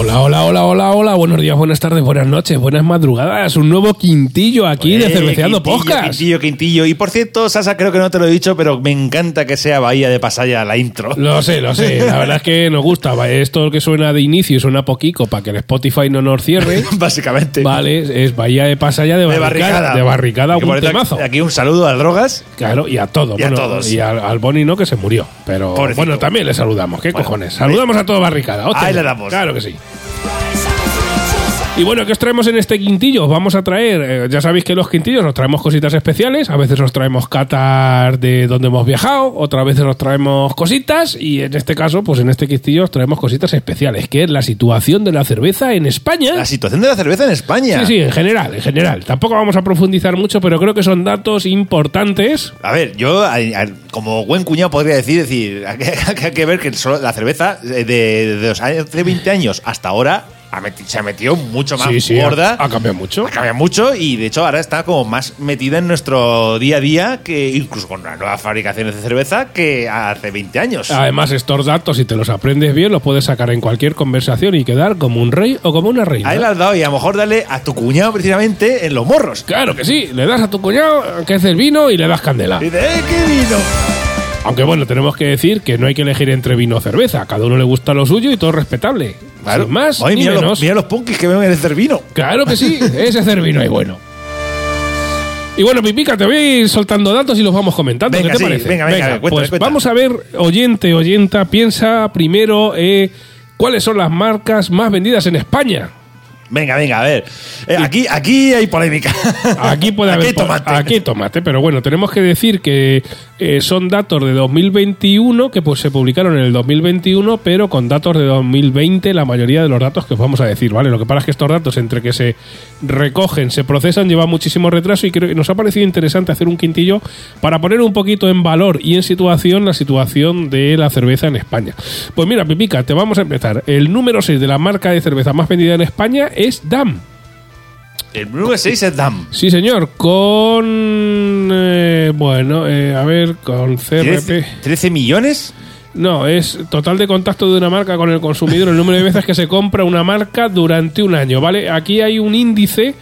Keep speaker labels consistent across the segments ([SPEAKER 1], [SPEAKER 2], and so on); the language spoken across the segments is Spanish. [SPEAKER 1] Hola, hola, hola, hola, hola. Buenos días, buenas tardes, buenas noches, buenas madrugadas. Un nuevo quintillo aquí de
[SPEAKER 2] Eh,
[SPEAKER 1] Cerveceando
[SPEAKER 2] Quintillo,
[SPEAKER 1] Podcast.
[SPEAKER 2] Quintillo, Quintillo. Y por cierto, Sasa, creo que no te lo he dicho, pero me encanta que sea Bahía de Pasaya la intro.
[SPEAKER 1] Lo sé, lo sé. La verdad es que nos gusta. Va, Esto que suena de inicio y suena poquico para que el Spotify no nos cierre.
[SPEAKER 2] Básicamente.
[SPEAKER 1] Vale, es Bahía de Pasaya de
[SPEAKER 2] De
[SPEAKER 1] Barricada.
[SPEAKER 2] barricada.
[SPEAKER 1] De barricada,
[SPEAKER 2] Y por
[SPEAKER 1] un
[SPEAKER 2] eso
[SPEAKER 1] temazo.
[SPEAKER 2] Aquí un saludo a Drogas.
[SPEAKER 1] Claro, y a todo.
[SPEAKER 2] Y a
[SPEAKER 1] bueno,
[SPEAKER 2] todos.
[SPEAKER 1] Y al, al Boni no, que se murió. Pero
[SPEAKER 2] Pobrecito.
[SPEAKER 1] bueno, también le saludamos. ¿Qué cojones?
[SPEAKER 2] vale.
[SPEAKER 1] Saludamos a todo Barricada. Hostia.
[SPEAKER 2] Ahí le damos.
[SPEAKER 1] Claro que sí. Y bueno, ¿qué os traemos en este quintillo? Os vamos a traer, eh, ya sabéis que los quintillos nos traemos cositas especiales, a veces os traemos catas de donde hemos viajado, otras veces os traemos cositas y en este caso, pues en este quintillo os traemos cositas especiales, que es la situación de la cerveza en España.
[SPEAKER 2] La situación de la cerveza en
[SPEAKER 1] Sí,
[SPEAKER 2] España.
[SPEAKER 1] sí, en general, en general. Tampoco vamos a profundizar mucho, pero creo que son datos importantes
[SPEAKER 2] A ver, yo a- a- como buen cuñado podría decir, decir, hay que, hay que ver que solo la cerveza eh, de, de los años, hace 20 años hasta ahora ha meti- se ha metido mucho más
[SPEAKER 1] Sí, sí, ha-
[SPEAKER 2] gorda.
[SPEAKER 1] ha cambiado mucho.
[SPEAKER 2] Ha cambiado mucho y de hecho ahora está como más metida en nuestro día a día que incluso con las nuevas fabricaciones de cerveza que hace 20 años.
[SPEAKER 1] Además, estos datos, si te los aprendes bien, los puedes sacar en cualquier conversación y quedar como un rey o como una reina.
[SPEAKER 2] Ahí la has dado y a lo mejor dale a tu cuñado precisamente en los morros.
[SPEAKER 1] Claro que sí, le das a tu cuñado que es el vino y le das candela.
[SPEAKER 2] Y dice, ¡eh, qué vino!
[SPEAKER 1] Aunque bueno, tenemos que decir que no hay que elegir entre vino o cerveza, a cada uno le gusta lo suyo y todo es respetable. Sin más,
[SPEAKER 2] Oye,
[SPEAKER 1] ni
[SPEAKER 2] mira,
[SPEAKER 1] menos.
[SPEAKER 2] los, mira los punkis que ven en el vino.
[SPEAKER 1] Claro que sí, ese hacer vino es bueno. Y bueno, Pipica, te voy a ir soltando datos y los vamos comentando.
[SPEAKER 2] Venga,
[SPEAKER 1] ¿Qué te
[SPEAKER 2] sí,
[SPEAKER 1] parece?
[SPEAKER 2] venga, venga, cuéntame,
[SPEAKER 1] pues
[SPEAKER 2] cuéntame.
[SPEAKER 1] vamos a ver, oyente, oyenta, piensa primero eh, cuáles son las marcas más vendidas en España.
[SPEAKER 2] Venga, venga, a ver. Eh, aquí, aquí hay polémica.
[SPEAKER 1] Aquí puede haber
[SPEAKER 2] Aquí
[SPEAKER 1] po-
[SPEAKER 2] tomate.
[SPEAKER 1] Aquí tomate, pero bueno, tenemos que decir que eh, son datos de 2021 que pues se publicaron en el 2021, pero con datos de 2020 la mayoría de los datos que os vamos a decir, ¿vale? Lo que pasa es que estos datos entre que se recogen, se procesan, lleva muchísimo retraso y creo que nos ha parecido interesante hacer un quintillo para poner un poquito en valor y en situación la situación de la cerveza en España. Pues mira, Pipica, te vamos a empezar. El número 6 de la marca de cerveza más vendida en España es DAM.
[SPEAKER 2] El número 6 es DAM.
[SPEAKER 1] Sí, señor, con. eh, bueno, eh, a ver, con CRP.
[SPEAKER 2] 13 millones.
[SPEAKER 1] No, es total de contacto de una marca con el consumidor, el número de veces que se compra una marca durante un año, ¿vale? Aquí hay un índice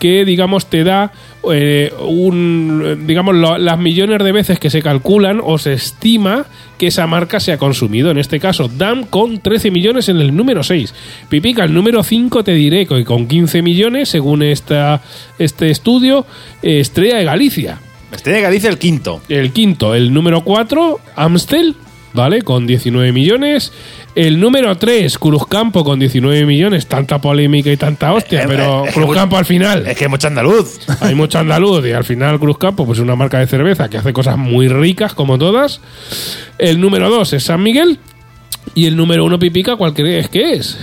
[SPEAKER 1] que, digamos, te da eh, un. eh, digamos, lo- las millones de veces que se calculan o se estima que esa marca se ha consumido. En este caso, DAM con 13 millones en el número 6. Pipica, el número 5 te diré que con 15 millones, según esta, este estudio, eh, Estrella de Galicia.
[SPEAKER 2] Estrella de Galicia el quinto.
[SPEAKER 1] El quinto, el número 4, Amstel, ¿vale? Con 19 millones. El número 3, Cruzcampo, con 19 millones. Tanta polémica y tanta hostia,
[SPEAKER 2] Eh,
[SPEAKER 1] pero
[SPEAKER 2] eh, eh,
[SPEAKER 1] Cruzcampo al final.
[SPEAKER 2] Es que hay mucho andaluz.
[SPEAKER 1] Hay mucho andaluz y al final Cruzcampo, pues es una marca de cerveza que hace cosas muy ricas, como todas. El número 2 es San Miguel. Y el número 1, Pipica, ¿cuál crees que es?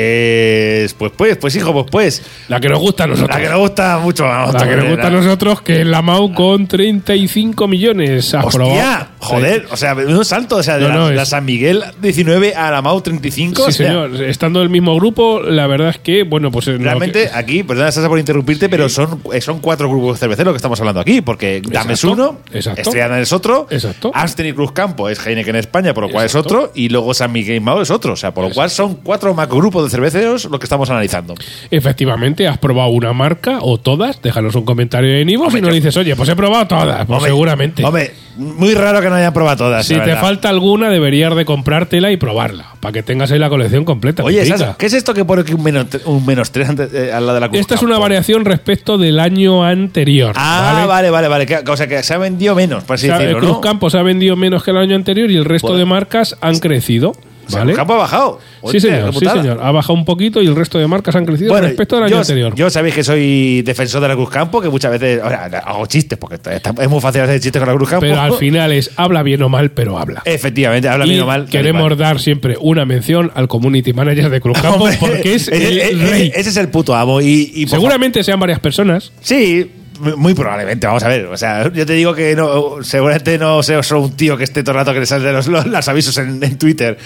[SPEAKER 2] Pues, pues, pues, pues, hijo, pues, pues.
[SPEAKER 1] La que nos gusta a nosotros.
[SPEAKER 2] La que nos gusta mucho. vamos, ¿eh?
[SPEAKER 1] La que nos
[SPEAKER 2] la-
[SPEAKER 1] gusta a nosotros, que es la Mau con 35 millones. ¿Has probado?
[SPEAKER 2] Hostia, joder, o sea, un salto, o sea, de
[SPEAKER 1] No,
[SPEAKER 2] la,
[SPEAKER 1] no, es-
[SPEAKER 2] la San Miguel 19 a la Mau 35. o
[SPEAKER 1] Sí,
[SPEAKER 2] sea,
[SPEAKER 1] señor. Estando en el mismo grupo, la verdad es que, bueno, pues. en lo
[SPEAKER 2] Realmente
[SPEAKER 1] que-
[SPEAKER 2] aquí, perdona Sasa por interrumpirte, pero son, eh, son cuatro grupos cerveceros que estamos hablando aquí, porque Dame es
[SPEAKER 1] Exacto,
[SPEAKER 2] uno,
[SPEAKER 1] exacto.
[SPEAKER 2] Estrella es otro,
[SPEAKER 1] Exacto.
[SPEAKER 2] Amstel y Cruz Campo es Heineken España, por lo cual
[SPEAKER 1] Exacto.
[SPEAKER 2] es otro, y luego San Miguel y Mao es otro, o sea, por lo cual son cuatro macrogrupos de cerveceros los que estamos analizando.
[SPEAKER 1] Pues Efectivamente, has probado una marca o todas. Déjanos un comentario en Ivo y nos dices, oye, pues he probado todas. Pues
[SPEAKER 2] Hombre,
[SPEAKER 1] seguramente.
[SPEAKER 2] Hombre, muy raro que no hayan probado todas.
[SPEAKER 1] si
[SPEAKER 2] la
[SPEAKER 1] te
[SPEAKER 2] verdad.
[SPEAKER 1] falta alguna, deberías de comprártela y probarla. Para que tengas ahí la colección completa.
[SPEAKER 2] Oye,
[SPEAKER 1] pipica.
[SPEAKER 2] Sasa, ¿qué es esto que pone aquí un menos, tre- un menos tres antes, eh, al lado de la Cruz
[SPEAKER 1] Esta es una
[SPEAKER 2] Campo?
[SPEAKER 1] variación respecto del año anterior.
[SPEAKER 2] Ah, vale, vale, vale. que- o sea, que se ha vendido menos, por así
[SPEAKER 1] O sea,
[SPEAKER 2] decirlo,
[SPEAKER 1] el Cruz
[SPEAKER 2] ¿no?
[SPEAKER 1] Campos ha vendido menos que el año anterior y el resto
[SPEAKER 2] Joder.
[SPEAKER 1] de marcas han crecido.
[SPEAKER 2] O sea,
[SPEAKER 1] ¿Vale?
[SPEAKER 2] Cruz Campo ha bajado.
[SPEAKER 1] sí,
[SPEAKER 2] Hostia, qué
[SPEAKER 1] señor, sí,
[SPEAKER 2] putada.
[SPEAKER 1] señor. Ha bajado un poquito y el resto de marcas han crecido respecto al año
[SPEAKER 2] yo,
[SPEAKER 1] anterior.
[SPEAKER 2] Yo sabéis que soy defensor de la Cruz Campo, que muchas veces o sea, hago chistes, porque está- está- es muy fácil hacer chistes con la Cruz Campo.
[SPEAKER 1] Pero al final es habla bien o mal, pero habla.
[SPEAKER 2] Efectivamente, habla
[SPEAKER 1] Y
[SPEAKER 2] bien o mal.
[SPEAKER 1] queremos
[SPEAKER 2] tal y cual.
[SPEAKER 1] dar siempre una mención al community manager de Cruz Campo
[SPEAKER 2] Hombre,
[SPEAKER 1] porque es
[SPEAKER 2] ese-
[SPEAKER 1] el,
[SPEAKER 2] ese-
[SPEAKER 1] rey.
[SPEAKER 2] Ese es el puto amo. Y, y por
[SPEAKER 1] Seguramente sean varias personas.
[SPEAKER 2] favor- Sí, muy probablemente, vamos a ver. O sea, yo te digo que no, seguramente no sea solo un tío que esté todo el rato que le salen los, los- los avisos en, en Twitter.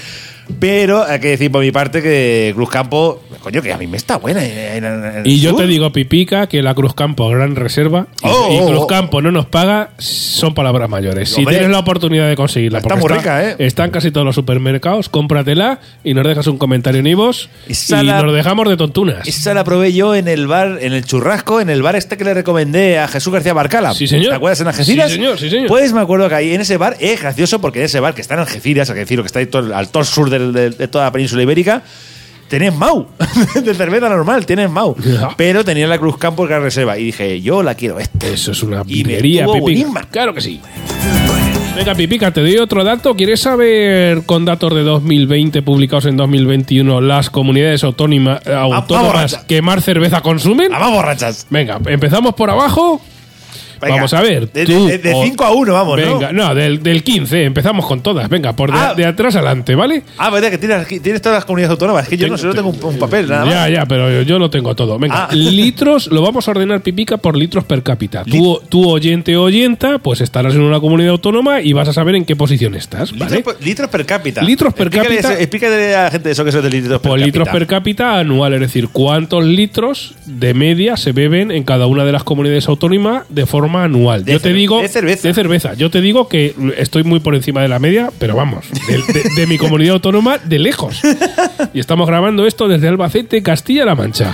[SPEAKER 2] Pero hay que decir por mi parte que Cruz Campo, coño, que a mí me está buena. en- en- en-
[SPEAKER 1] Y yo
[SPEAKER 2] Uh,
[SPEAKER 1] te digo, Pipica, que la Cruz Campo gran reserva y,
[SPEAKER 2] Oh,
[SPEAKER 1] y
[SPEAKER 2] oh,
[SPEAKER 1] Cruz
[SPEAKER 2] oh.
[SPEAKER 1] Campo no nos paga son palabras mayores. Si
[SPEAKER 2] Hombre.
[SPEAKER 1] tienes la oportunidad de conseguirla,
[SPEAKER 2] Está
[SPEAKER 1] porque
[SPEAKER 2] muy rica, ¿eh?
[SPEAKER 1] Está en casi todos los supermercados, cómpratela y nos dejas un comentario en Ivos y,
[SPEAKER 2] Esa la-
[SPEAKER 1] nos dejamos de tontunas.
[SPEAKER 2] Esa la probé yo en el bar, en el churrasco, en el bar este que le recomendé a Jesús García Barcala.
[SPEAKER 1] Sí, señor.
[SPEAKER 2] ¿Te acuerdas en Algeciras?
[SPEAKER 1] Sí, señor, sí, señor.
[SPEAKER 2] Pues me acuerdo que ahí en ese bar, es gracioso porque en ese bar que está en Algeciras, hay que decirlo, que está ahí todo- al todo sur del- del- de toda la península ibérica, tenés Mau, de cerveza normal, tenés Mau.
[SPEAKER 1] Ya.
[SPEAKER 2] Pero tenía la Cruz Campo que era reserva. Y dije, yo la quiero esta.
[SPEAKER 1] Eso es una
[SPEAKER 2] Y me
[SPEAKER 1] virguería,
[SPEAKER 2] estuvo
[SPEAKER 1] Pipica.
[SPEAKER 2] buenísima.
[SPEAKER 1] Claro que sí. Venga, Pipica, te doy otro dato. ¿Quieres saber con datos de 2020 publicados en 2021 las comunidades autónima-
[SPEAKER 2] Ah,
[SPEAKER 1] autónomas
[SPEAKER 2] borracha.
[SPEAKER 1] que más cerveza consumen?
[SPEAKER 2] Vamos borrachas.
[SPEAKER 1] Venga, empezamos por abajo.
[SPEAKER 2] Venga.
[SPEAKER 1] Vamos a ver.
[SPEAKER 2] De-
[SPEAKER 1] tú,
[SPEAKER 2] de- de
[SPEAKER 1] o-
[SPEAKER 2] cinco a uno, vamos, ¿no?
[SPEAKER 1] Venga, no, del, del 15, empezamos con todas. Venga, por de,
[SPEAKER 2] Ah.
[SPEAKER 1] de atrás adelante, ¿vale?
[SPEAKER 2] Ah, verdad que tienes, aquí- tienes todas las comunidades autónomas. Es que yo no solo tengo un, un papel, nada más.
[SPEAKER 1] Ya, ya, pero yo, yo lo tengo todo. Venga,
[SPEAKER 2] Ah.
[SPEAKER 1] litros, lo vamos a ordenar pipica por litros per cápita. Tú, tú oyente o oyenta, pues estarás en una comunidad autónoma y vas a saber en qué posición estás, ¿vale?
[SPEAKER 2] Litros, per, litros per cápita.
[SPEAKER 1] Litros per
[SPEAKER 2] Explícale
[SPEAKER 1] cápita.
[SPEAKER 2] eso- explícale a la gente eso que eso es de litros per
[SPEAKER 1] Por
[SPEAKER 2] cápita.
[SPEAKER 1] litros per cápita anual, es decir, cuántos litros de media se beben en cada una de las comunidades autónomas de forma anual.
[SPEAKER 2] De
[SPEAKER 1] Yo te
[SPEAKER 2] cerve-
[SPEAKER 1] digo
[SPEAKER 2] de cerveza.
[SPEAKER 1] de cerveza. Yo te digo que estoy muy por encima de la media, pero vamos, de, de- de mi comunidad autónoma de lejos. Y estamos grabando esto desde Albacete, Castilla-La Mancha.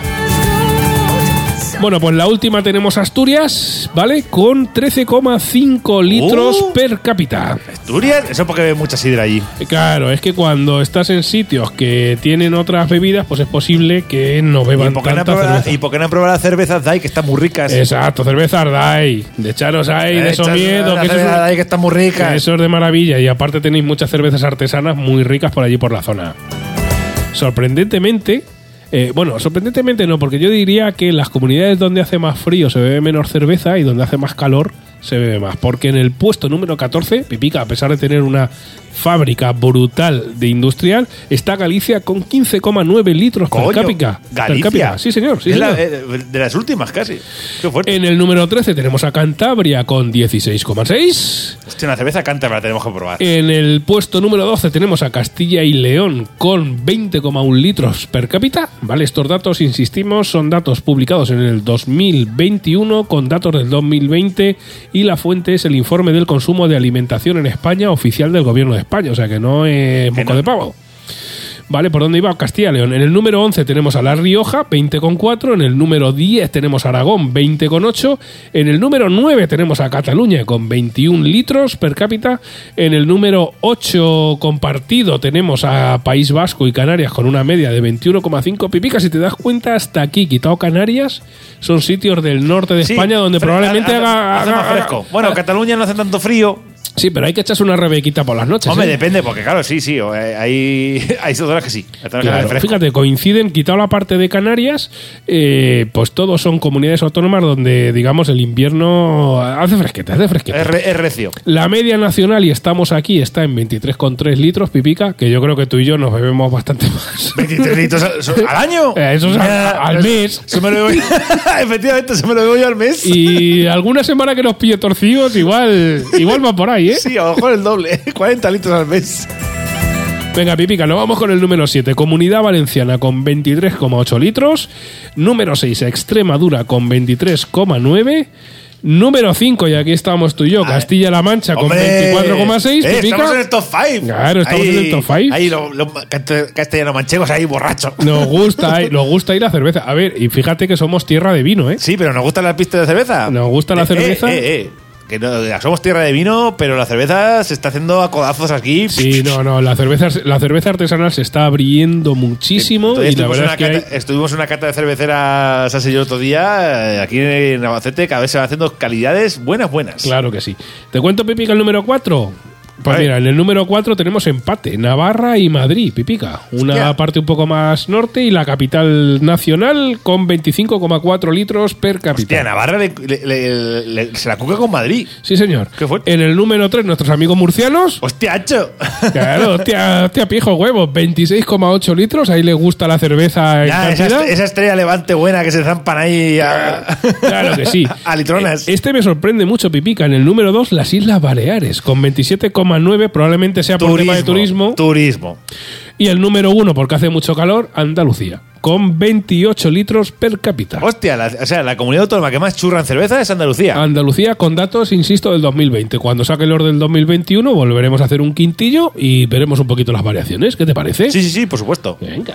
[SPEAKER 1] Bueno, pues la última tenemos Asturias, ¿vale? Con 13,5 litros
[SPEAKER 2] Uh.
[SPEAKER 1] per cápita.
[SPEAKER 2] Asturias, eso porque ve mucha sidra allí.
[SPEAKER 1] Claro, es que cuando estás en sitios que tienen otras bebidas, pues es posible que no
[SPEAKER 2] ¿Y
[SPEAKER 1] beban
[SPEAKER 2] por qué no han
[SPEAKER 1] tanta
[SPEAKER 2] probado-
[SPEAKER 1] cerveza.
[SPEAKER 2] y por qué no han probado las cervezas Dai que están muy ricas?
[SPEAKER 1] Exacto, cerveza Ardai, de echaros ahí, de
[SPEAKER 2] Eh,
[SPEAKER 1] esos
[SPEAKER 2] chas,
[SPEAKER 1] miedos,
[SPEAKER 2] las
[SPEAKER 1] que eso es,
[SPEAKER 2] cervezas
[SPEAKER 1] un-
[SPEAKER 2] Dai que están muy
[SPEAKER 1] que
[SPEAKER 2] ricas.
[SPEAKER 1] eso es de maravilla. Y aparte tenéis muchas cervezas artesanas muy ricas por allí por la zona. Sorprendentemente, eh, bueno, sorprendentemente no, porque yo diría que en las comunidades donde hace más frío se bebe menos cerveza y donde hace más calor se bebe más. Porque en el puesto número 14, Pipica, a pesar de tener una fábrica brutal de industrial, está Galicia con 15,9 litros
[SPEAKER 2] Coño,
[SPEAKER 1] per cápita. Per
[SPEAKER 2] Galicia.
[SPEAKER 1] cápita. Sí, señor. Sí,
[SPEAKER 2] Es la-
[SPEAKER 1] señor.
[SPEAKER 2] eh, de las últimas casi. Qué fuerte.
[SPEAKER 1] En el número 13 tenemos a Cantabria con 16,6.
[SPEAKER 2] Hostia, una cerveza cántabra tenemos que probar.
[SPEAKER 1] En el puesto número 12 tenemos a Castilla y León con 20,1 litros per cápita. Vale, estos datos, insistimos, son datos publicados en el 2021 con datos del 2020 y la fuente es el informe del consumo de alimentación en España oficial del gobierno de España, o sea que no es
[SPEAKER 2] Que
[SPEAKER 1] moco
[SPEAKER 2] no.
[SPEAKER 1] de pavo. Vale, ¿por dónde iba? Castilla y León. En el número 11 tenemos a La Rioja, 20,4. En el número 10 tenemos a Aragón, 20,8. En el número 9 tenemos a Cataluña, con 21 litros per cápita. En el número 8 compartido tenemos a País Vasco y Canarias, con una media de 21,5 pipica. Si te das cuenta, hasta aquí, quitado Canarias, son sitios del norte de
[SPEAKER 2] Sí,
[SPEAKER 1] España donde
[SPEAKER 2] fre-
[SPEAKER 1] probablemente
[SPEAKER 2] ha- ha-
[SPEAKER 1] haga...
[SPEAKER 2] hace
[SPEAKER 1] haga-
[SPEAKER 2] más fresco.
[SPEAKER 1] haga-
[SPEAKER 2] Bueno, Cataluña no hace tanto frío.
[SPEAKER 1] sí, pero hay que echarse una rebequita por las noches.
[SPEAKER 2] Hombre,
[SPEAKER 1] ¿eh?
[SPEAKER 2] depende, porque claro, sí, sí. o, eh, Hay, hay zonas que sí. Hay zonas que hace
[SPEAKER 1] Claro,
[SPEAKER 2] fresco.
[SPEAKER 1] fíjate, coinciden, quitado la parte de Canarias, eh, pues todos son comunidades autónomas donde, digamos, el invierno hace fresquete, hace fresquete.
[SPEAKER 2] Es, re- es recio.
[SPEAKER 1] La media nacional, y estamos aquí, está en 23,3 litros, pipica, que yo creo que tú y yo nos bebemos bastante más.
[SPEAKER 2] 23 litros al, so- al año.
[SPEAKER 1] Eh, eso es al-
[SPEAKER 2] Ah,
[SPEAKER 1] al mes.
[SPEAKER 2] Se me lo veo yo. Efectivamente, se me lo veo yo al mes.
[SPEAKER 1] Y alguna semana que nos pille torcidos, igual, igual va por ahí, ¿eh?
[SPEAKER 2] Sí, a lo mejor el doble. 40 litros al mes.
[SPEAKER 1] Venga, Pipica, nos vamos con el número 7. Comunidad Valenciana con 23,8 litros. Número 6, Extremadura con 23,9. Número 5, y aquí estamos tú y yo, Castilla-La Mancha con
[SPEAKER 2] Hombre.
[SPEAKER 1] 24,6.
[SPEAKER 2] Eh, Estamos en
[SPEAKER 1] Pipica.
[SPEAKER 2] el top 5.
[SPEAKER 1] Claro, estamos en el top five.
[SPEAKER 2] Ahí los castellanos manchegos ahí borrachos.
[SPEAKER 1] Nos gusta, eh, nos gusta ir la cerveza. A ver, y fíjate que somos tierra de vino, ¿eh?
[SPEAKER 2] Sí, pero nos gustan las pistas de cerveza.
[SPEAKER 1] Nos gusta la
[SPEAKER 2] Eh, eh,
[SPEAKER 1] cerveza.
[SPEAKER 2] eh, eh. Que no- ya somos tierra de vino, pero la cerveza se está haciendo a codazos aquí.
[SPEAKER 1] Sí, no, no, la cerveza, la cerveza artesanal se está abriendo muchísimo
[SPEAKER 2] Entonces,
[SPEAKER 1] y la
[SPEAKER 2] estuvimos
[SPEAKER 1] verdad
[SPEAKER 2] una
[SPEAKER 1] es que hay-
[SPEAKER 2] cata- Estuvimos en una cata de cervecera Sas y yo otro día, eh, aquí en Albacete, cada vez se van haciendo calidades buenas, buenas.
[SPEAKER 1] Claro que sí. ¿Te cuento, Pipica, el número 4? Pues
[SPEAKER 2] Vale.
[SPEAKER 1] mira, en el número 4 tenemos empate, Navarra y Madrid, Pipica. Una
[SPEAKER 2] Hostia.
[SPEAKER 1] parte un poco más norte y la capital nacional con 25,4 litros per cápita.
[SPEAKER 2] Hostia, Navarra le- le- le- le- se la cuca con Madrid.
[SPEAKER 1] Sí, señor.
[SPEAKER 2] Qué fuerte.
[SPEAKER 1] En el número 3, nuestros amigos murcianos.
[SPEAKER 2] Hostia, hacho.
[SPEAKER 1] Claro, hostia, hostia, pijo huevo, 26,8 litros. Ahí les gusta la cerveza en
[SPEAKER 2] Ya, esa,
[SPEAKER 1] cantidad.
[SPEAKER 2] est- esa estrella levante buena que se zampan ahí a,
[SPEAKER 1] Claro que sí.
[SPEAKER 2] a litronas.
[SPEAKER 1] Eh, Este me sorprende mucho, Pipica. En el número 2, las Islas Baleares, con 27,9. Probablemente sea por tema de turismo.
[SPEAKER 2] Turismo.
[SPEAKER 1] Y el número uno, porque hace mucho calor, Andalucía, con 28 litros per cápita.
[SPEAKER 2] Hostia, la- o sea, la comunidad autónoma que más churra en cerveza es
[SPEAKER 1] Ah,
[SPEAKER 2] Andalucía.
[SPEAKER 1] Andalucía con datos, insisto, del 2020. Cuando saque el orden del 2021 volveremos a hacer un quintillo y veremos un poquito las variaciones. ¿Qué te parece?
[SPEAKER 2] Sí, sí, sí, por supuesto.
[SPEAKER 1] Venga.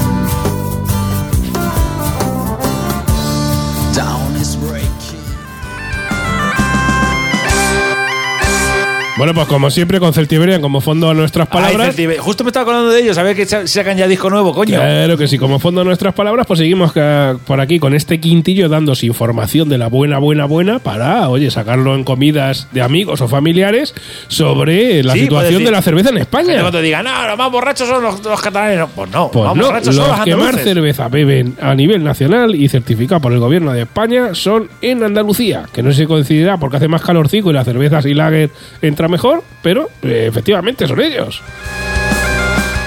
[SPEAKER 1] Bueno, pues como siempre, con Celtiberian como fondo a nuestras
[SPEAKER 2] Ay,
[SPEAKER 1] palabras.
[SPEAKER 2] Ah, Celtibe- Justo me estaba acordando de ellos, a ver que sa- sacan ya disco nuevo, coño.
[SPEAKER 1] Claro que sí, como fondo a nuestras palabras, pues seguimos ca- por aquí con este quintillo dándos información de la buena, buena, buena para, oye, sacarlo en comidas de amigos o familiares sobre la
[SPEAKER 2] Sí,
[SPEAKER 1] situación
[SPEAKER 2] puedes decir-
[SPEAKER 1] de la cerveza en España.
[SPEAKER 2] Gente Cuando digan, no, los más borrachos son los, los catalanes. No, Pues no,
[SPEAKER 1] Pues
[SPEAKER 2] los más
[SPEAKER 1] no,
[SPEAKER 2] borrachos
[SPEAKER 1] los
[SPEAKER 2] son los
[SPEAKER 1] que más
[SPEAKER 2] andaluces.
[SPEAKER 1] cerveza beben a nivel nacional y certificado por el gobierno de España son en Andalucía, que no se considera porque hace más calorcico y la cerveza y lager entra mejor, pero eh, efectivamente son ellos.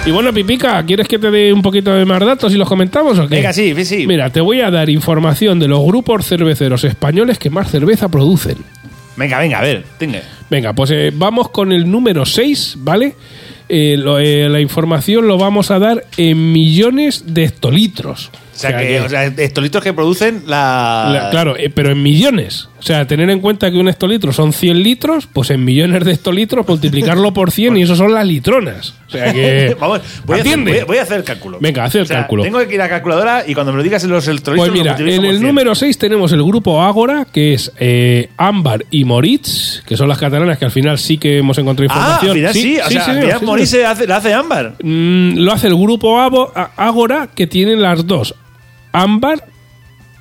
[SPEAKER 1] Y bueno, Pipica, ¿quieres que te dé un poquito de más datos y los comentamos o qué?
[SPEAKER 2] Venga, sí, sí, sí.
[SPEAKER 1] Mira, te voy a dar información de los grupos cerveceros españoles que más cerveza producen.
[SPEAKER 2] Venga, venga, a ver, tenga.
[SPEAKER 1] Venga, pues eh, vamos con el número 6, ¿vale? Eh, lo- eh, la información lo vamos a dar en millones de hectolitros.
[SPEAKER 2] O sea, que, o sea, estolitos que producen la.
[SPEAKER 1] la- claro, eh, pero en millones. O sea, tener en cuenta que un hectolitro son 100 litros, pues en millones de hectolitros multiplicarlo por 100 y eso son las litronas. O sea que...
[SPEAKER 2] Vamos, voy a, hacer,
[SPEAKER 1] ¿Entiende?
[SPEAKER 2] voy, a- voy a hacer el cálculo.
[SPEAKER 1] Venga, haz el
[SPEAKER 2] O sea,
[SPEAKER 1] cálculo.
[SPEAKER 2] Tengo que ir a la calculadora y cuando me lo digas en los electrolitos.
[SPEAKER 1] Pues mira, en el número 6 tenemos el grupo Ágora, que es eh, Ámbar y Moritz, que son las catalanas que al final sí que hemos encontrado
[SPEAKER 2] Ah,
[SPEAKER 1] información.
[SPEAKER 2] al final sí, o sea, al
[SPEAKER 1] señor,
[SPEAKER 2] final
[SPEAKER 1] sí,
[SPEAKER 2] Morí
[SPEAKER 1] señor.
[SPEAKER 2] se hace, la hace ámbar.
[SPEAKER 1] Mm, lo hace el grupo Avo- A- Ágora, que tiene las dos, Ámbar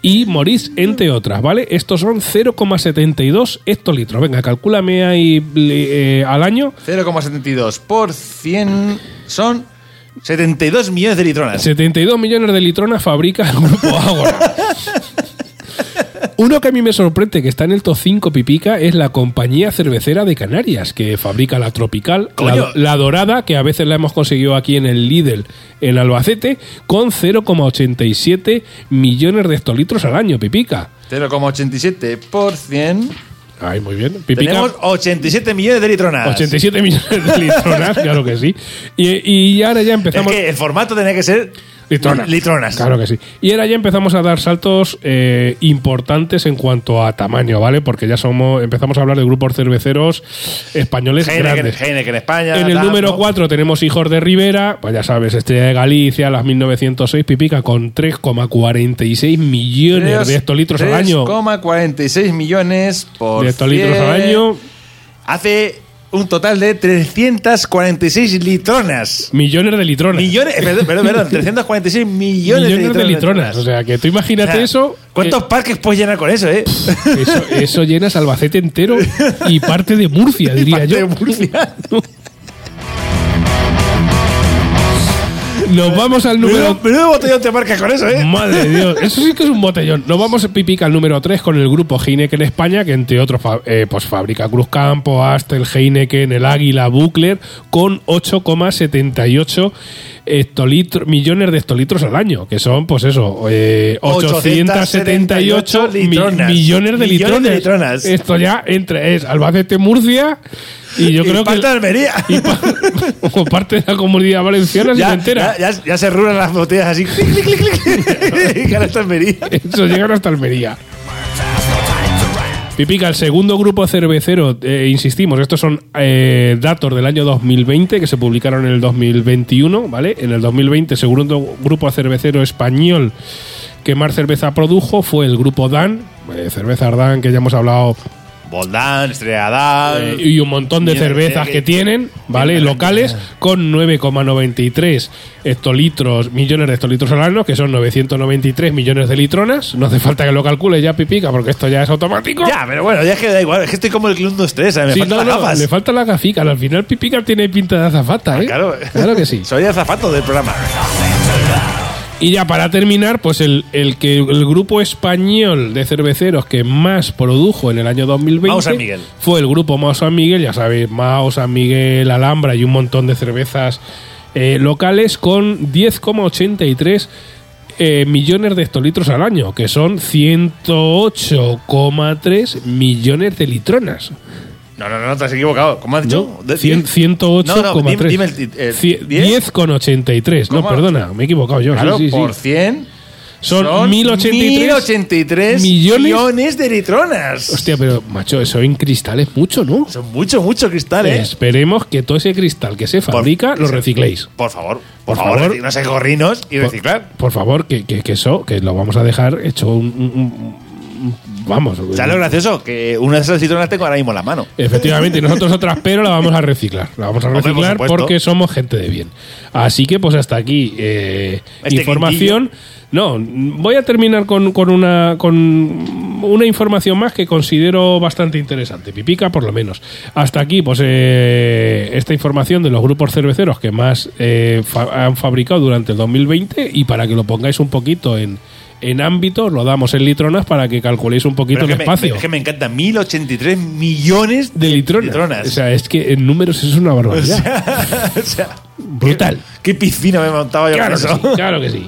[SPEAKER 1] y Morís, entre otras, ¿vale? Estos son 0,72 hectolitros. Venga, calcúlame ahí le- eh, al año.
[SPEAKER 2] 0,72 por 100 son 72 millones de litronas.
[SPEAKER 1] 72 millones de litronas fabrica el grupo Ágora. Uno que a mí me sorprende que está en el top 5 pipica es la compañía cervecera de Canarias, que fabrica la tropical,
[SPEAKER 2] Coño.
[SPEAKER 1] la, la dorada, que a veces la hemos conseguido aquí en el Lidl, en Albacete, con 0,87 millones de hectolitros al año, pipica.
[SPEAKER 2] 0,87 por 100.
[SPEAKER 1] Ay, muy bien. Pipica.
[SPEAKER 2] Tenemos Ah, 87 millones de litronas.
[SPEAKER 1] 87 millones de litronas, claro que sí. Y, y ahora ya
[SPEAKER 2] Es
[SPEAKER 1] empezamos.
[SPEAKER 2] que el formato tenía que ser
[SPEAKER 1] Litronas.
[SPEAKER 2] litronas.
[SPEAKER 1] Claro que sí. Y ahora ya empezamos a dar saltos eh, importantes en cuanto a tamaño, ¿vale? Porque ya somos empezamos a hablar de grupos cerveceros españoles
[SPEAKER 2] Heineken,
[SPEAKER 1] grandes.
[SPEAKER 2] Heineken España.
[SPEAKER 1] En el
[SPEAKER 2] tal,
[SPEAKER 1] número
[SPEAKER 2] ¿no?
[SPEAKER 1] 4 tenemos Hijos de Rivera, pues ya sabes, Estrella de Galicia, las 1906 Pipica con 3,46 millones de hectolitros al año.
[SPEAKER 2] 3,46 millones por
[SPEAKER 1] De hectolitros al
[SPEAKER 2] 100.
[SPEAKER 1] año,
[SPEAKER 2] Hace un total de 346 litronas.
[SPEAKER 1] millones de litronas.
[SPEAKER 2] Millones, eh, perdón, perdón, perdón, 346 millones,
[SPEAKER 1] Millones de litronas. O sea, que tú imagínate
[SPEAKER 2] O sea,
[SPEAKER 1] eso.
[SPEAKER 2] ¿Cuántos
[SPEAKER 1] eh,
[SPEAKER 2] parques puedes llenar con eso, eh?
[SPEAKER 1] eso, eso llenas Albacete entero y parte de Murcia, diría
[SPEAKER 2] Parte
[SPEAKER 1] yo.
[SPEAKER 2] de Murcia.
[SPEAKER 1] Nos vamos al número.
[SPEAKER 2] Menudo, menudo botellón te marcas con eso, eh.
[SPEAKER 1] Madre de Dios, eso sí que es un botellón. Nos vamos a pipica al número 3 con el grupo Heineken España, que entre otros fa- eh, pues fabrica Cruz Campo, Astel, Heineken, el Águila, Buckler, con 8,78 hectolitro- millones de hectolitros al año, que son, pues eso, eh, 878 mi-
[SPEAKER 2] litronas.
[SPEAKER 1] millones de
[SPEAKER 2] Millones de
[SPEAKER 1] litrones.
[SPEAKER 2] litronas.
[SPEAKER 1] Esto ya entre es Albacete, Murcia y yo
[SPEAKER 2] Y
[SPEAKER 1] creo
[SPEAKER 2] parte
[SPEAKER 1] que.
[SPEAKER 2] de Almería.
[SPEAKER 1] y pa- como parte de la comunidad valenciana, si
[SPEAKER 2] Ya,
[SPEAKER 1] se entera.
[SPEAKER 2] ya, ya- ya se rulan las botellas así. clic, clic, clic, clic. Y ahora está Almería.
[SPEAKER 1] Eso llegan hasta Almería. Pipica, el segundo grupo cervecero, eh, insistimos, estos son eh, datos del año 2020 que se publicaron en el 2021, ¿vale? En el 2020, el segundo grupo cervecero español que más cerveza produjo fue el grupo Dan, eh, cervezas Dan que ya hemos hablado
[SPEAKER 2] Boldán, Estrella Dan.
[SPEAKER 1] eh, y un montón de
[SPEAKER 2] Mira,
[SPEAKER 1] cervezas
[SPEAKER 2] mira
[SPEAKER 1] que
[SPEAKER 2] que-
[SPEAKER 1] tienen, ¿vale?
[SPEAKER 2] Mira,
[SPEAKER 1] Locales, con 9,93 hectolitros, millones de hectolitros al año, que son 993 millones de litronas. No hace falta que lo calcule ya, Pipica, porque esto ya es automático.
[SPEAKER 2] Ya, pero bueno, ya es que da igual. Es que estoy como el Club 2-3, ¿sabes? me
[SPEAKER 1] Sí,
[SPEAKER 2] faltan
[SPEAKER 1] no,
[SPEAKER 2] las
[SPEAKER 1] no,
[SPEAKER 2] gafas.
[SPEAKER 1] le falta la gafica. Al final Pipica tiene pinta de azafata, ¿eh?
[SPEAKER 2] Claro.
[SPEAKER 1] Claro que sí.
[SPEAKER 2] Soy azafato del programa.
[SPEAKER 1] Y ya para terminar, pues el, el que el grupo español de cerveceros que más produjo en el año 2020
[SPEAKER 2] Mao San Miguel.
[SPEAKER 1] fue el grupo Mao San Miguel, ya sabéis, Mao San Miguel, Alhambra y un montón de cervezas eh, locales con 10,83 eh, millones de hectolitros al año, que son 108,3 millones de litronas.
[SPEAKER 2] No, no, no, te has equivocado. ¿Cómo has dicho?
[SPEAKER 1] ¿No?
[SPEAKER 2] De-
[SPEAKER 1] Cien- 108,3.
[SPEAKER 2] No, no, dime- dime el ti- eh,
[SPEAKER 1] Cie-
[SPEAKER 2] 10.
[SPEAKER 1] 10,83. No,
[SPEAKER 2] Coma
[SPEAKER 1] perdona, me he equivocado yo. sí,
[SPEAKER 2] Claro,
[SPEAKER 1] sí, sí.
[SPEAKER 2] por 100
[SPEAKER 1] Son 1083
[SPEAKER 2] 1083
[SPEAKER 1] millones-
[SPEAKER 2] millones, de litronas.
[SPEAKER 1] Hostia, pero macho, eso en cristal es mucho, ¿no?
[SPEAKER 2] Son mucho, mucho ¿eh? cristales.
[SPEAKER 1] Esperemos que todo ese cristal que se fabrica lo recicléis.
[SPEAKER 2] Por favor,
[SPEAKER 1] Por
[SPEAKER 2] por, favor,
[SPEAKER 1] favor.
[SPEAKER 2] recicl- no seáis gorrinos y
[SPEAKER 1] Por-
[SPEAKER 2] reciclar.
[SPEAKER 1] Por, favor, que, que, que eso, que lo vamos a dejar hecho un. un- un- un- vamos.
[SPEAKER 2] ¿Sabes lo gracioso? Que una de esas litronas tengo ahora mismo en la mano.
[SPEAKER 1] Efectivamente, y nosotros otras, pero la vamos a reciclar. La vamos a
[SPEAKER 2] Hombre, por
[SPEAKER 1] reciclar
[SPEAKER 2] supuesto.
[SPEAKER 1] porque somos gente de bien. Así que, pues hasta aquí eh,
[SPEAKER 2] Este
[SPEAKER 1] información. No, voy a terminar con, con una con una información más que considero bastante interesante. Pipica, por lo menos. Hasta aquí, pues eh, esta información de los grupos cerveceros que más eh, fa- han fabricado durante el 2020 y para que lo pongáis un poquito en en ámbito, lo damos en litronas para que calculéis un poquito
[SPEAKER 2] Pero es
[SPEAKER 1] el
[SPEAKER 2] que me-
[SPEAKER 1] espacio
[SPEAKER 2] es que me encanta. 1083 millones
[SPEAKER 1] de litronas.
[SPEAKER 2] litronas.
[SPEAKER 1] O sea, es que en números es una
[SPEAKER 2] O
[SPEAKER 1] barbaridad.
[SPEAKER 2] sea, o sea,
[SPEAKER 1] Brutal.
[SPEAKER 2] ¿Qué piscina me he montado yo
[SPEAKER 1] Claro que
[SPEAKER 2] con eso?
[SPEAKER 1] sí, claro que sí.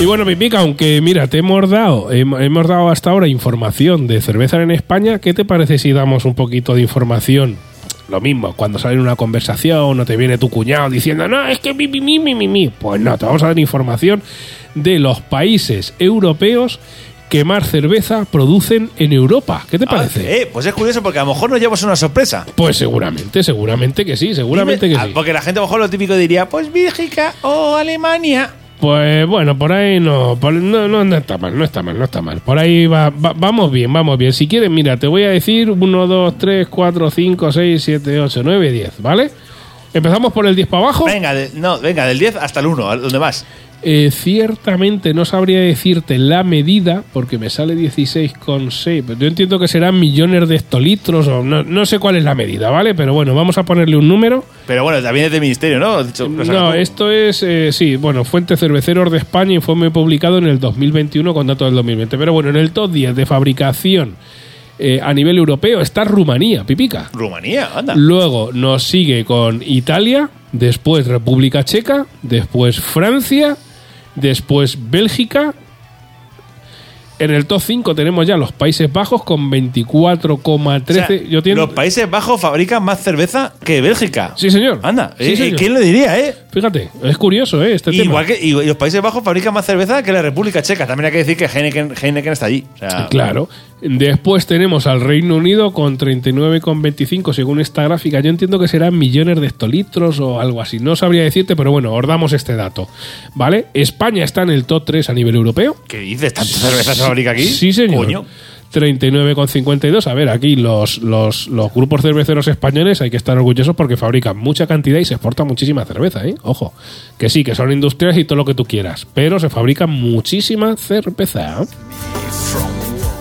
[SPEAKER 1] Y bueno, Pipica, aunque mira, te hemos dado, hem- hemos dado hasta ahora información de cerveza en España, ¿qué te parece si damos un poquito de información? Lo mismo, cuando sale en una conversación o te viene tu cuñado diciendo, no, es que mi, mi, mi, mi, mi, mi. Pues no, te vamos a dar información de los países europeos que más cerveza producen en Europa. ¿Qué te
[SPEAKER 2] Ah,
[SPEAKER 1] parece?
[SPEAKER 2] eh, pues es curioso porque a lo mejor nos llevamos una sorpresa.
[SPEAKER 1] Pues seguramente, seguramente que sí, seguramente que
[SPEAKER 2] Ah,
[SPEAKER 1] sí.
[SPEAKER 2] Porque la gente a lo mejor lo típico diría, pues Bélgica o Alemania.
[SPEAKER 1] Pues bueno, por ahí no, por- no, no, no está mal, no está mal, no está mal. Por ahí va, va- vamos bien, vamos bien. Si quieres, mira, te voy a decir 1, 2, 3, 4, 5, 6, 7, 8, 9, 10, ¿vale? Empezamos por el 10 para abajo.
[SPEAKER 2] Venga, de- no, venga, del 10 hasta el 1, ¿dónde vas?
[SPEAKER 1] Eh, ciertamente no sabría decirte la medida, porque me sale 16,6, pero yo entiendo que serán millones de hectolitros o no, no sé cuál es la medida, ¿vale? Pero bueno, vamos a ponerle un número.
[SPEAKER 2] Pero bueno, también es del ministerio, ¿no? Has dicho, lo sacas
[SPEAKER 1] No,
[SPEAKER 2] tú.
[SPEAKER 1] esto es, eh, sí, bueno, Fuente Cerveceros de España, informe publicado en el 2021 con datos del 2020. Pero bueno, en el top 10 de fabricación eh, a nivel europeo está Rumanía, pipica.
[SPEAKER 2] Rumanía, anda.
[SPEAKER 1] Luego nos sigue con Italia, después República Checa, después Francia, después Bélgica. En el top 5 tenemos ya los Países Bajos con 24,13.
[SPEAKER 2] O sea,
[SPEAKER 1] Yo tengo-
[SPEAKER 2] Los Países Bajos fabrican más cerveza que Bélgica.
[SPEAKER 1] Sí, señor.
[SPEAKER 2] Anda,
[SPEAKER 1] Sí,
[SPEAKER 2] eh,
[SPEAKER 1] señor.
[SPEAKER 2] ¿quién lo diría, eh?
[SPEAKER 1] Fíjate, es curioso, ¿eh? Este tema.
[SPEAKER 2] Igual que y, y los Países Bajos fabrican más cerveza que la República Checa. También hay que decir que Heineken, Heineken está allí. O sea,
[SPEAKER 1] Claro. Después tenemos al Reino Unido con 39,25 según esta gráfica. Yo entiendo que serán millones de hectolitros o algo así. No sabría decirte, pero bueno, os damos este dato. ¿Vale? España está en el top 3 a nivel europeo.
[SPEAKER 2] ¿Qué dices? ¿Tanta cerveza se fabrica aquí?
[SPEAKER 1] Sí, señor.
[SPEAKER 2] Coño.
[SPEAKER 1] 39,52. A ver, aquí los, los, los grupos cerveceros españoles hay que estar orgullosos porque fabrican mucha cantidad y se exporta muchísima cerveza, ¿eh? Ojo, que sí, que son industrias y todo lo que tú quieras, pero se fabrica muchísima cerveza.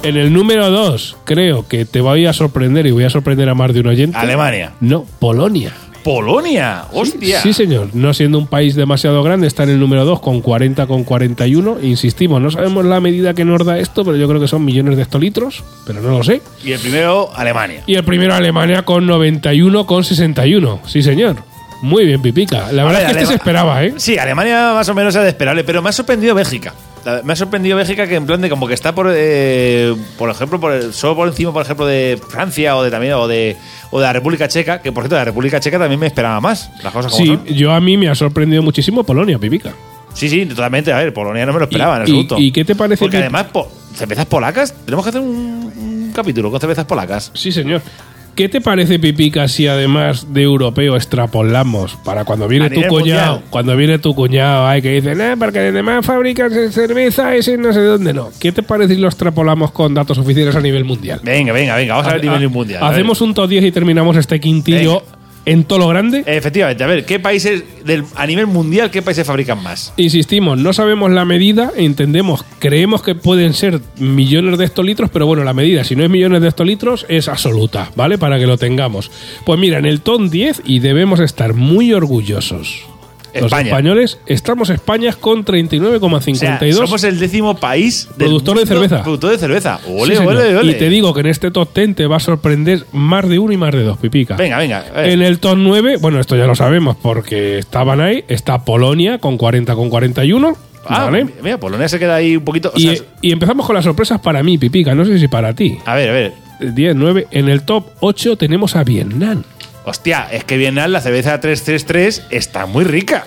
[SPEAKER 1] En el número 2, creo que te voy a sorprender y voy a sorprender a más de un oyente.
[SPEAKER 2] Alemania.
[SPEAKER 1] No, Polonia.
[SPEAKER 2] Polonia. Hostia.
[SPEAKER 1] Sí, señor. No siendo un país demasiado grande, está en el número 2 con 40, con 41. Insistimos, no sabemos la medida que nos da esto, pero yo creo que son millones de hectolitros, pero no lo sé.
[SPEAKER 2] Y el primero, Alemania.
[SPEAKER 1] Y el primero Alemania con 91, con 61. Sí, señor. Muy bien, Pipica. La verdad
[SPEAKER 2] ver,
[SPEAKER 1] es que este
[SPEAKER 2] Alema-
[SPEAKER 1] se esperaba, ¿eh?
[SPEAKER 2] Sí, Alemania más o menos era de esperable, pero me ha sorprendido Bélgica. La- Me ha sorprendido Bélgica que en plan de como que está por, eh, por ejemplo, por, el- solo por encima, por ejemplo, de Francia o de también o de, o de la República Checa, que por cierto, la República Checa también me esperaba más. Las cosas como
[SPEAKER 1] Sí,
[SPEAKER 2] son.
[SPEAKER 1] yo a mí me ha sorprendido muchísimo Polonia, Pipica.
[SPEAKER 2] Sí, sí, totalmente. A ver, Polonia no me lo esperaba
[SPEAKER 1] ¿Y-
[SPEAKER 2] en absoluto.
[SPEAKER 1] y- y qué te parece
[SPEAKER 2] Porque
[SPEAKER 1] que-
[SPEAKER 2] además, po- cervezas polacas, tenemos que hacer un, un capítulo con cervezas polacas.
[SPEAKER 1] Sí, señor. ¿Qué te parece, Pipica, si además de europeo extrapolamos para cuando
[SPEAKER 2] A
[SPEAKER 1] viene tu
[SPEAKER 2] nivel
[SPEAKER 1] cuñado?
[SPEAKER 2] mundial.
[SPEAKER 1] Cuando viene tu cuñado, ay, que dice, nah, porque los demás fabrican cerveza, ese no sé dónde, no. ¿Qué te parece si lo extrapolamos con datos oficiales a nivel mundial?
[SPEAKER 2] Venga, venga, venga, vamos a ver
[SPEAKER 1] Ha-
[SPEAKER 2] nivel mundial. a ver.
[SPEAKER 1] Hacemos un top 10 y terminamos este quintillo
[SPEAKER 2] Venga. Eh,
[SPEAKER 1] en todo lo grande?
[SPEAKER 2] Efectivamente, a ver, ¿qué países del, a nivel mundial qué países fabrican más?
[SPEAKER 1] Insistimos, no sabemos la medida, entendemos, creemos que pueden ser millones de hectolitros, pero bueno, la medida, si no es millones de hectolitros, es absoluta, ¿vale? Para que lo tengamos. Pues mira, en el TON 10 y debemos estar muy orgullosos. Los
[SPEAKER 2] España.
[SPEAKER 1] españoles estamos España con
[SPEAKER 2] O sea,
[SPEAKER 1] 39,52.
[SPEAKER 2] somos el décimo país del
[SPEAKER 1] Productor de
[SPEAKER 2] mundo
[SPEAKER 1] cerveza.
[SPEAKER 2] Productor de cerveza. Ole,
[SPEAKER 1] Sí, señor.
[SPEAKER 2] ole, ole.
[SPEAKER 1] Y te digo que en este top 10 te va a sorprender más de uno y más de dos, Pipica.
[SPEAKER 2] Venga, venga. a ver.
[SPEAKER 1] En el top 9, bueno, esto ya lo sabemos porque estaban ahí, está Polonia con 40 con 41.
[SPEAKER 2] Ah,
[SPEAKER 1] ¿vale?
[SPEAKER 2] mira, Polonia se queda ahí un poquito. o
[SPEAKER 1] Y, e,
[SPEAKER 2] sea,
[SPEAKER 1] y empezamos con las sorpresas para mí, Pipica, no sé si para ti.
[SPEAKER 2] a ver, a ver.
[SPEAKER 1] 10, 9, en el top 8 tenemos a Vietnam.
[SPEAKER 2] Hostia, es que Bienal, la cerveza 333 está muy rica.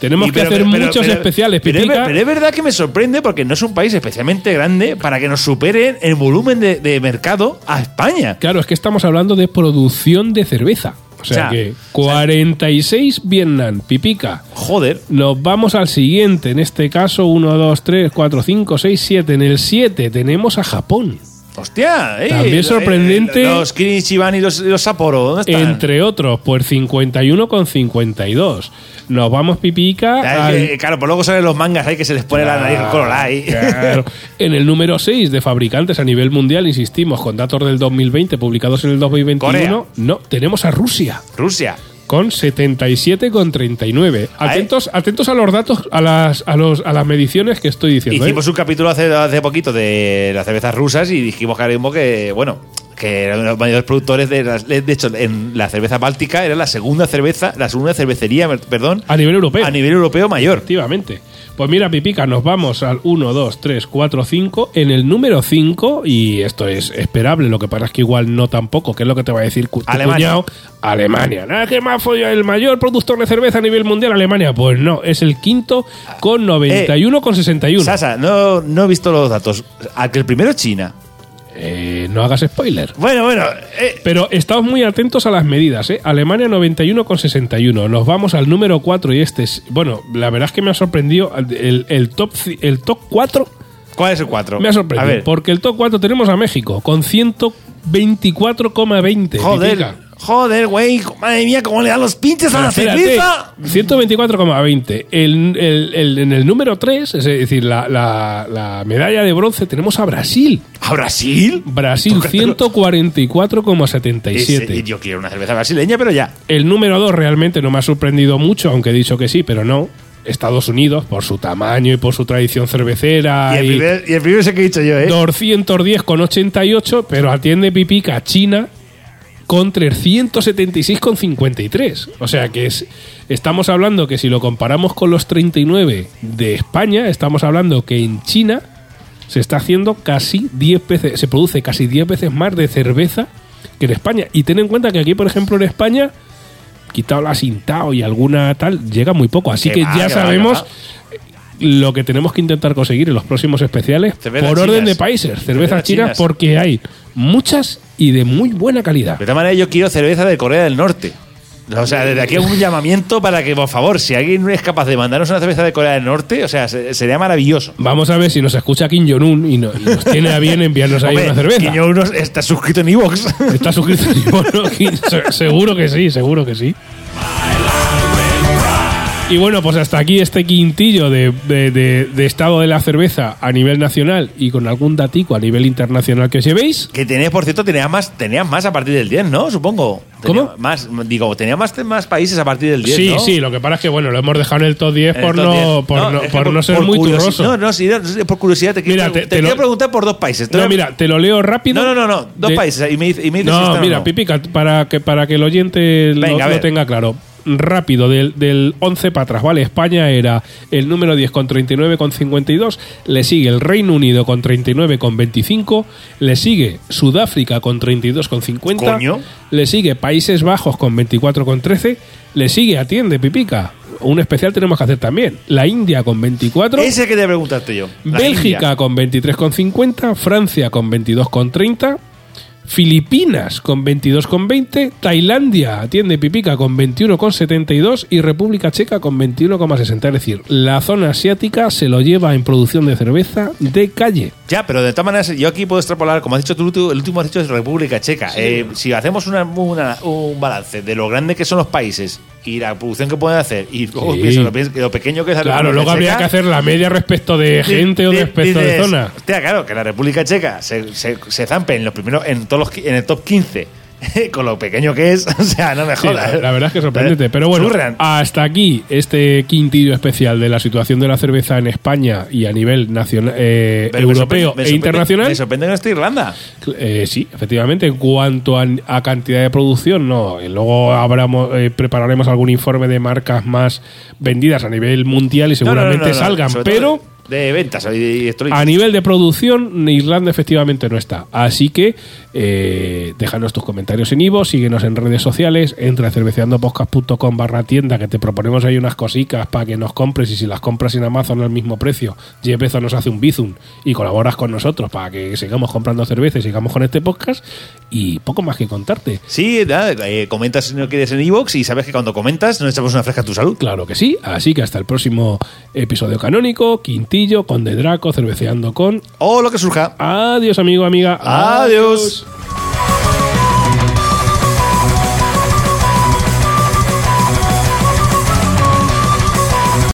[SPEAKER 1] Tenemos
[SPEAKER 2] Y
[SPEAKER 1] que
[SPEAKER 2] pero-
[SPEAKER 1] hacer
[SPEAKER 2] pero- pero-
[SPEAKER 1] muchos
[SPEAKER 2] pero-
[SPEAKER 1] especiales,
[SPEAKER 2] pero, es ver-
[SPEAKER 1] Pipica.
[SPEAKER 2] Pero es verdad que me sorprende porque no es un país especialmente grande para que nos superen el volumen de, de mercado a España.
[SPEAKER 1] Claro, es que estamos hablando de producción de cerveza. O sea,
[SPEAKER 2] O sea,
[SPEAKER 1] que 46 Vietnam, Pipica.
[SPEAKER 2] Joder.
[SPEAKER 1] Nos vamos al siguiente, en este caso 1, 2, 3, 4, 5, 6, 7. En el 7 tenemos a Japón.
[SPEAKER 2] Hostia, eh,
[SPEAKER 1] También
[SPEAKER 2] eh,
[SPEAKER 1] sorprendente-
[SPEAKER 2] Los Kirin y los, los Sapporo, ¿dónde están?
[SPEAKER 1] Entre otros, pues 51 con 52. Nos vamos pipica
[SPEAKER 2] Ah,
[SPEAKER 1] al-
[SPEAKER 2] es que, claro, pues luego salen los mangas ahí que se les pone la nariz colorada ahí.
[SPEAKER 1] Claro. En el número 6 de fabricantes a nivel mundial, insistimos, con datos del 2020 publicados en el 2021,
[SPEAKER 2] Corea.
[SPEAKER 1] no, tenemos a Rusia
[SPEAKER 2] Rusia.
[SPEAKER 1] con 77 con 39.
[SPEAKER 2] Ahí.
[SPEAKER 1] Atentos, atentos a los datos, a las, a los, a las mediciones que estoy diciendo. ¿eh?
[SPEAKER 2] Hicimos un capítulo hace, hace poquito de las cervezas rusas y dijimos que ahora mismo que, bueno, que eran los mayores productores de las, de hecho en la cerveza báltica era la segunda cerveza, la segunda cervecería, mer- perdón,
[SPEAKER 1] A nivel europeo.
[SPEAKER 2] a nivel europeo mayor.
[SPEAKER 1] Efectivamente. Pues mira, Pipica, nos vamos al 1, 2, 3, 4, 5. En el número 5, y esto es esperable, lo que pasa es que igual no tampoco, que es lo que te va a decir cu- tu
[SPEAKER 2] Alemania.
[SPEAKER 1] cuñado. Alemania. Nada que más fue el mayor productor de cerveza a nivel mundial, Alemania. Pues no, es el quinto con 91, con 61.
[SPEAKER 2] Eh, Sasa, no, no he visto los datos. Al que el primero es China.
[SPEAKER 1] Eh, no hagas spoiler.
[SPEAKER 2] Bueno, bueno, eh,
[SPEAKER 1] Pero estamos muy atentos a las medidas, ¿eh? Alemania 91,61. Nos vamos al número 4 y este es... Bueno, la verdad es que me ha sorprendido el, el top, ci- el top 4
[SPEAKER 2] ¿cuál es el 4?
[SPEAKER 1] Me ha sorprendido,
[SPEAKER 2] A ver,
[SPEAKER 1] porque el top 4 tenemos a México con 124,20.
[SPEAKER 2] joder,
[SPEAKER 1] Pipica.
[SPEAKER 2] joder, güey, madre mía, cómo le dan los pinches a la
[SPEAKER 1] Espérate,
[SPEAKER 2] cerveza.
[SPEAKER 1] 124,20. El- el- el- en el número 3, es decir, la, la- la medalla de bronce, tenemos a Brasil.
[SPEAKER 2] ¿A Brasil?
[SPEAKER 1] Brasil
[SPEAKER 2] Ese-
[SPEAKER 1] 144,77.
[SPEAKER 2] yo quiero una cerveza brasileña, pero ya.
[SPEAKER 1] El número 2 realmente no me ha sorprendido mucho, aunque he dicho que sí, pero no. Estados Unidos, por su tamaño y por su tradición cervecera.
[SPEAKER 2] Y el, primer, y el primero es el que he dicho yo, ¿eh?
[SPEAKER 1] 210 con 88, pero atiende Pipica a China con 376 con 53. O sea que es, estamos hablando que si lo comparamos con los 39 de España, estamos hablando que en China se está haciendo casi 10 veces, se produce casi 10 veces más de cerveza que en España. Y ten en cuenta que aquí, por ejemplo, en España, quitado la Sintao y alguna tal, llega muy poco. Así
[SPEAKER 2] Que
[SPEAKER 1] que
[SPEAKER 2] va,
[SPEAKER 1] ya
[SPEAKER 2] que va, que
[SPEAKER 1] sabemos
[SPEAKER 2] va.
[SPEAKER 1] lo que tenemos que intentar conseguir en los próximos especiales
[SPEAKER 2] Cervezas
[SPEAKER 1] por orden
[SPEAKER 2] chinas.
[SPEAKER 1] de países, cervezas,
[SPEAKER 2] Cervezas
[SPEAKER 1] chinas,
[SPEAKER 2] chinas.
[SPEAKER 1] porque hay muchas y de muy buena calidad.
[SPEAKER 2] De todas maneras, yo quiero cerveza de Corea del Norte. O sea, desde aquí un llamamiento para que, por favor, si alguien es capaz de mandarnos una cerveza de Corea del Norte, o sea, se- sería maravilloso.
[SPEAKER 1] Vamos a ver si nos escucha Kim Jong-un y, no- y nos tiene a bien enviarnos ahí
[SPEAKER 2] Hombre,
[SPEAKER 1] Pues una cerveza.
[SPEAKER 2] Quiño Unos está suscrito en Evox.
[SPEAKER 1] Está suscrito en Ibono, Kim, se- seguro que sí, seguro que sí. Y bueno, pues hasta aquí este quintillo de, de- de- de estado de la cerveza a nivel nacional y con algún datico a nivel internacional que os llevéis.
[SPEAKER 2] que tenías, por cierto, tenías más, tenías más a partir del 10, ¿no? Supongo. Tenía
[SPEAKER 1] ¿Cómo?
[SPEAKER 2] Más, digo, tenía más, más países a partir del 10,
[SPEAKER 1] Sí,
[SPEAKER 2] ¿no?
[SPEAKER 1] sí, lo que pasa es que bueno, lo hemos dejado en el top 10
[SPEAKER 2] En el
[SPEAKER 1] por
[SPEAKER 2] top 10.
[SPEAKER 1] no, por no,
[SPEAKER 2] es que
[SPEAKER 1] por no ser
[SPEAKER 2] por
[SPEAKER 1] muy
[SPEAKER 2] curiosi-
[SPEAKER 1] turroso.
[SPEAKER 2] No, no, sí, no, sí, por curiosidad te quiero,
[SPEAKER 1] Mira,
[SPEAKER 2] te,
[SPEAKER 1] te- te
[SPEAKER 2] quiero
[SPEAKER 1] lo-
[SPEAKER 2] preguntar por dos países. Te
[SPEAKER 1] No,
[SPEAKER 2] voy a-
[SPEAKER 1] mira, te lo leo rápido.
[SPEAKER 2] no, no, no, no, dos
[SPEAKER 1] De-
[SPEAKER 2] países. eh, Y me, dice- y me dices si
[SPEAKER 1] No,
[SPEAKER 2] están o
[SPEAKER 1] mira, Pipica, para que, para que el oyente lo-
[SPEAKER 2] Venga, a
[SPEAKER 1] lo,
[SPEAKER 2] ver.
[SPEAKER 1] tenga claro. Rápido, del, del 11 para atrás, ¿vale? España era el número 10 con 39 con 52, le sigue el Reino Unido con 39 con 25, le sigue Sudáfrica con 32 con 50,
[SPEAKER 2] Coño.
[SPEAKER 1] le sigue Países Bajos con 24 con 13, le sigue Atiende, Pipica. Un especial tenemos que hacer también. La India con 24.
[SPEAKER 2] Ese que te preguntaste yo. la
[SPEAKER 1] Bélgica
[SPEAKER 2] India.
[SPEAKER 1] con 23,50, Francia con 22,30, Filipinas con 22,20, Tailandia atiende Pipica con 21,72 y República Checa con 21,60. Es decir, la zona asiática se lo lleva en producción de cerveza de calle.
[SPEAKER 2] Ya, pero de todas maneras, yo aquí puedo extrapolar, como has dicho tú, tú, el último has dicho es República Checa. Eh, si hacemos una- una- un balance de lo grande que son los países y la producción que pueden hacer y luego
[SPEAKER 1] Sí.
[SPEAKER 2] pienso lo, pienso- lo pequeño que es la
[SPEAKER 1] Claro,
[SPEAKER 2] República
[SPEAKER 1] luego habría
[SPEAKER 2] Checa,
[SPEAKER 1] que hacer la media respecto de
[SPEAKER 2] di-
[SPEAKER 1] gente o
[SPEAKER 2] di-
[SPEAKER 1] respecto de
[SPEAKER 2] dices,
[SPEAKER 1] zona.
[SPEAKER 2] Hostia, claro, que la República Checa se, se, se zampe en los primeros, en todos los, qui- en el top 15, con lo pequeño que es, o sea, no me
[SPEAKER 1] Sí,
[SPEAKER 2] jodas.
[SPEAKER 1] la, la verdad es que es
[SPEAKER 2] Eh,
[SPEAKER 1] sorprendente. Pero bueno,
[SPEAKER 2] Surreal.
[SPEAKER 1] hasta aquí este quintillo especial de la situación de la cerveza en España y a nivel nacional, eh,
[SPEAKER 2] Pero me sorprende-
[SPEAKER 1] europeo
[SPEAKER 2] me
[SPEAKER 1] e
[SPEAKER 2] sorprende-
[SPEAKER 1] internacional.
[SPEAKER 2] Me sorprende que no esté Irlanda.
[SPEAKER 1] Eh, sí, efectivamente, en cuanto a, a cantidad de producción, no. Eh, Luego habramos, eh, prepararemos algún informe de marcas más vendidas a nivel mundial y
[SPEAKER 2] No, no, no,
[SPEAKER 1] seguramente
[SPEAKER 2] no, no,
[SPEAKER 1] salgan,
[SPEAKER 2] sobre
[SPEAKER 1] pero
[SPEAKER 2] todo De ventas y, y esto-
[SPEAKER 1] a nivel de producción, Irlanda efectivamente no está. Así que eh, déjanos tus comentarios en Ivo, síguenos en redes sociales, entra a cerveceandopodcast.com barra tienda, que te proponemos ahí unas cositas para que nos compres y si las compras en Amazon al mismo precio, 10 pesos nos hace un bizum y colaboras con nosotros para que sigamos comprando cerveza y sigamos con este podcast y poco más que contarte.
[SPEAKER 2] Sí, nada, eh, comentas si no quieres en iVoox y sabes que cuando comentas nos echamos una fresca a tu salud.
[SPEAKER 1] Claro que sí, así que hasta el próximo episodio canónico, Quintillo, Conde Draco, Cerveceando con...
[SPEAKER 2] O lo que surja.
[SPEAKER 1] Adiós amigo, amiga.
[SPEAKER 2] Adiós.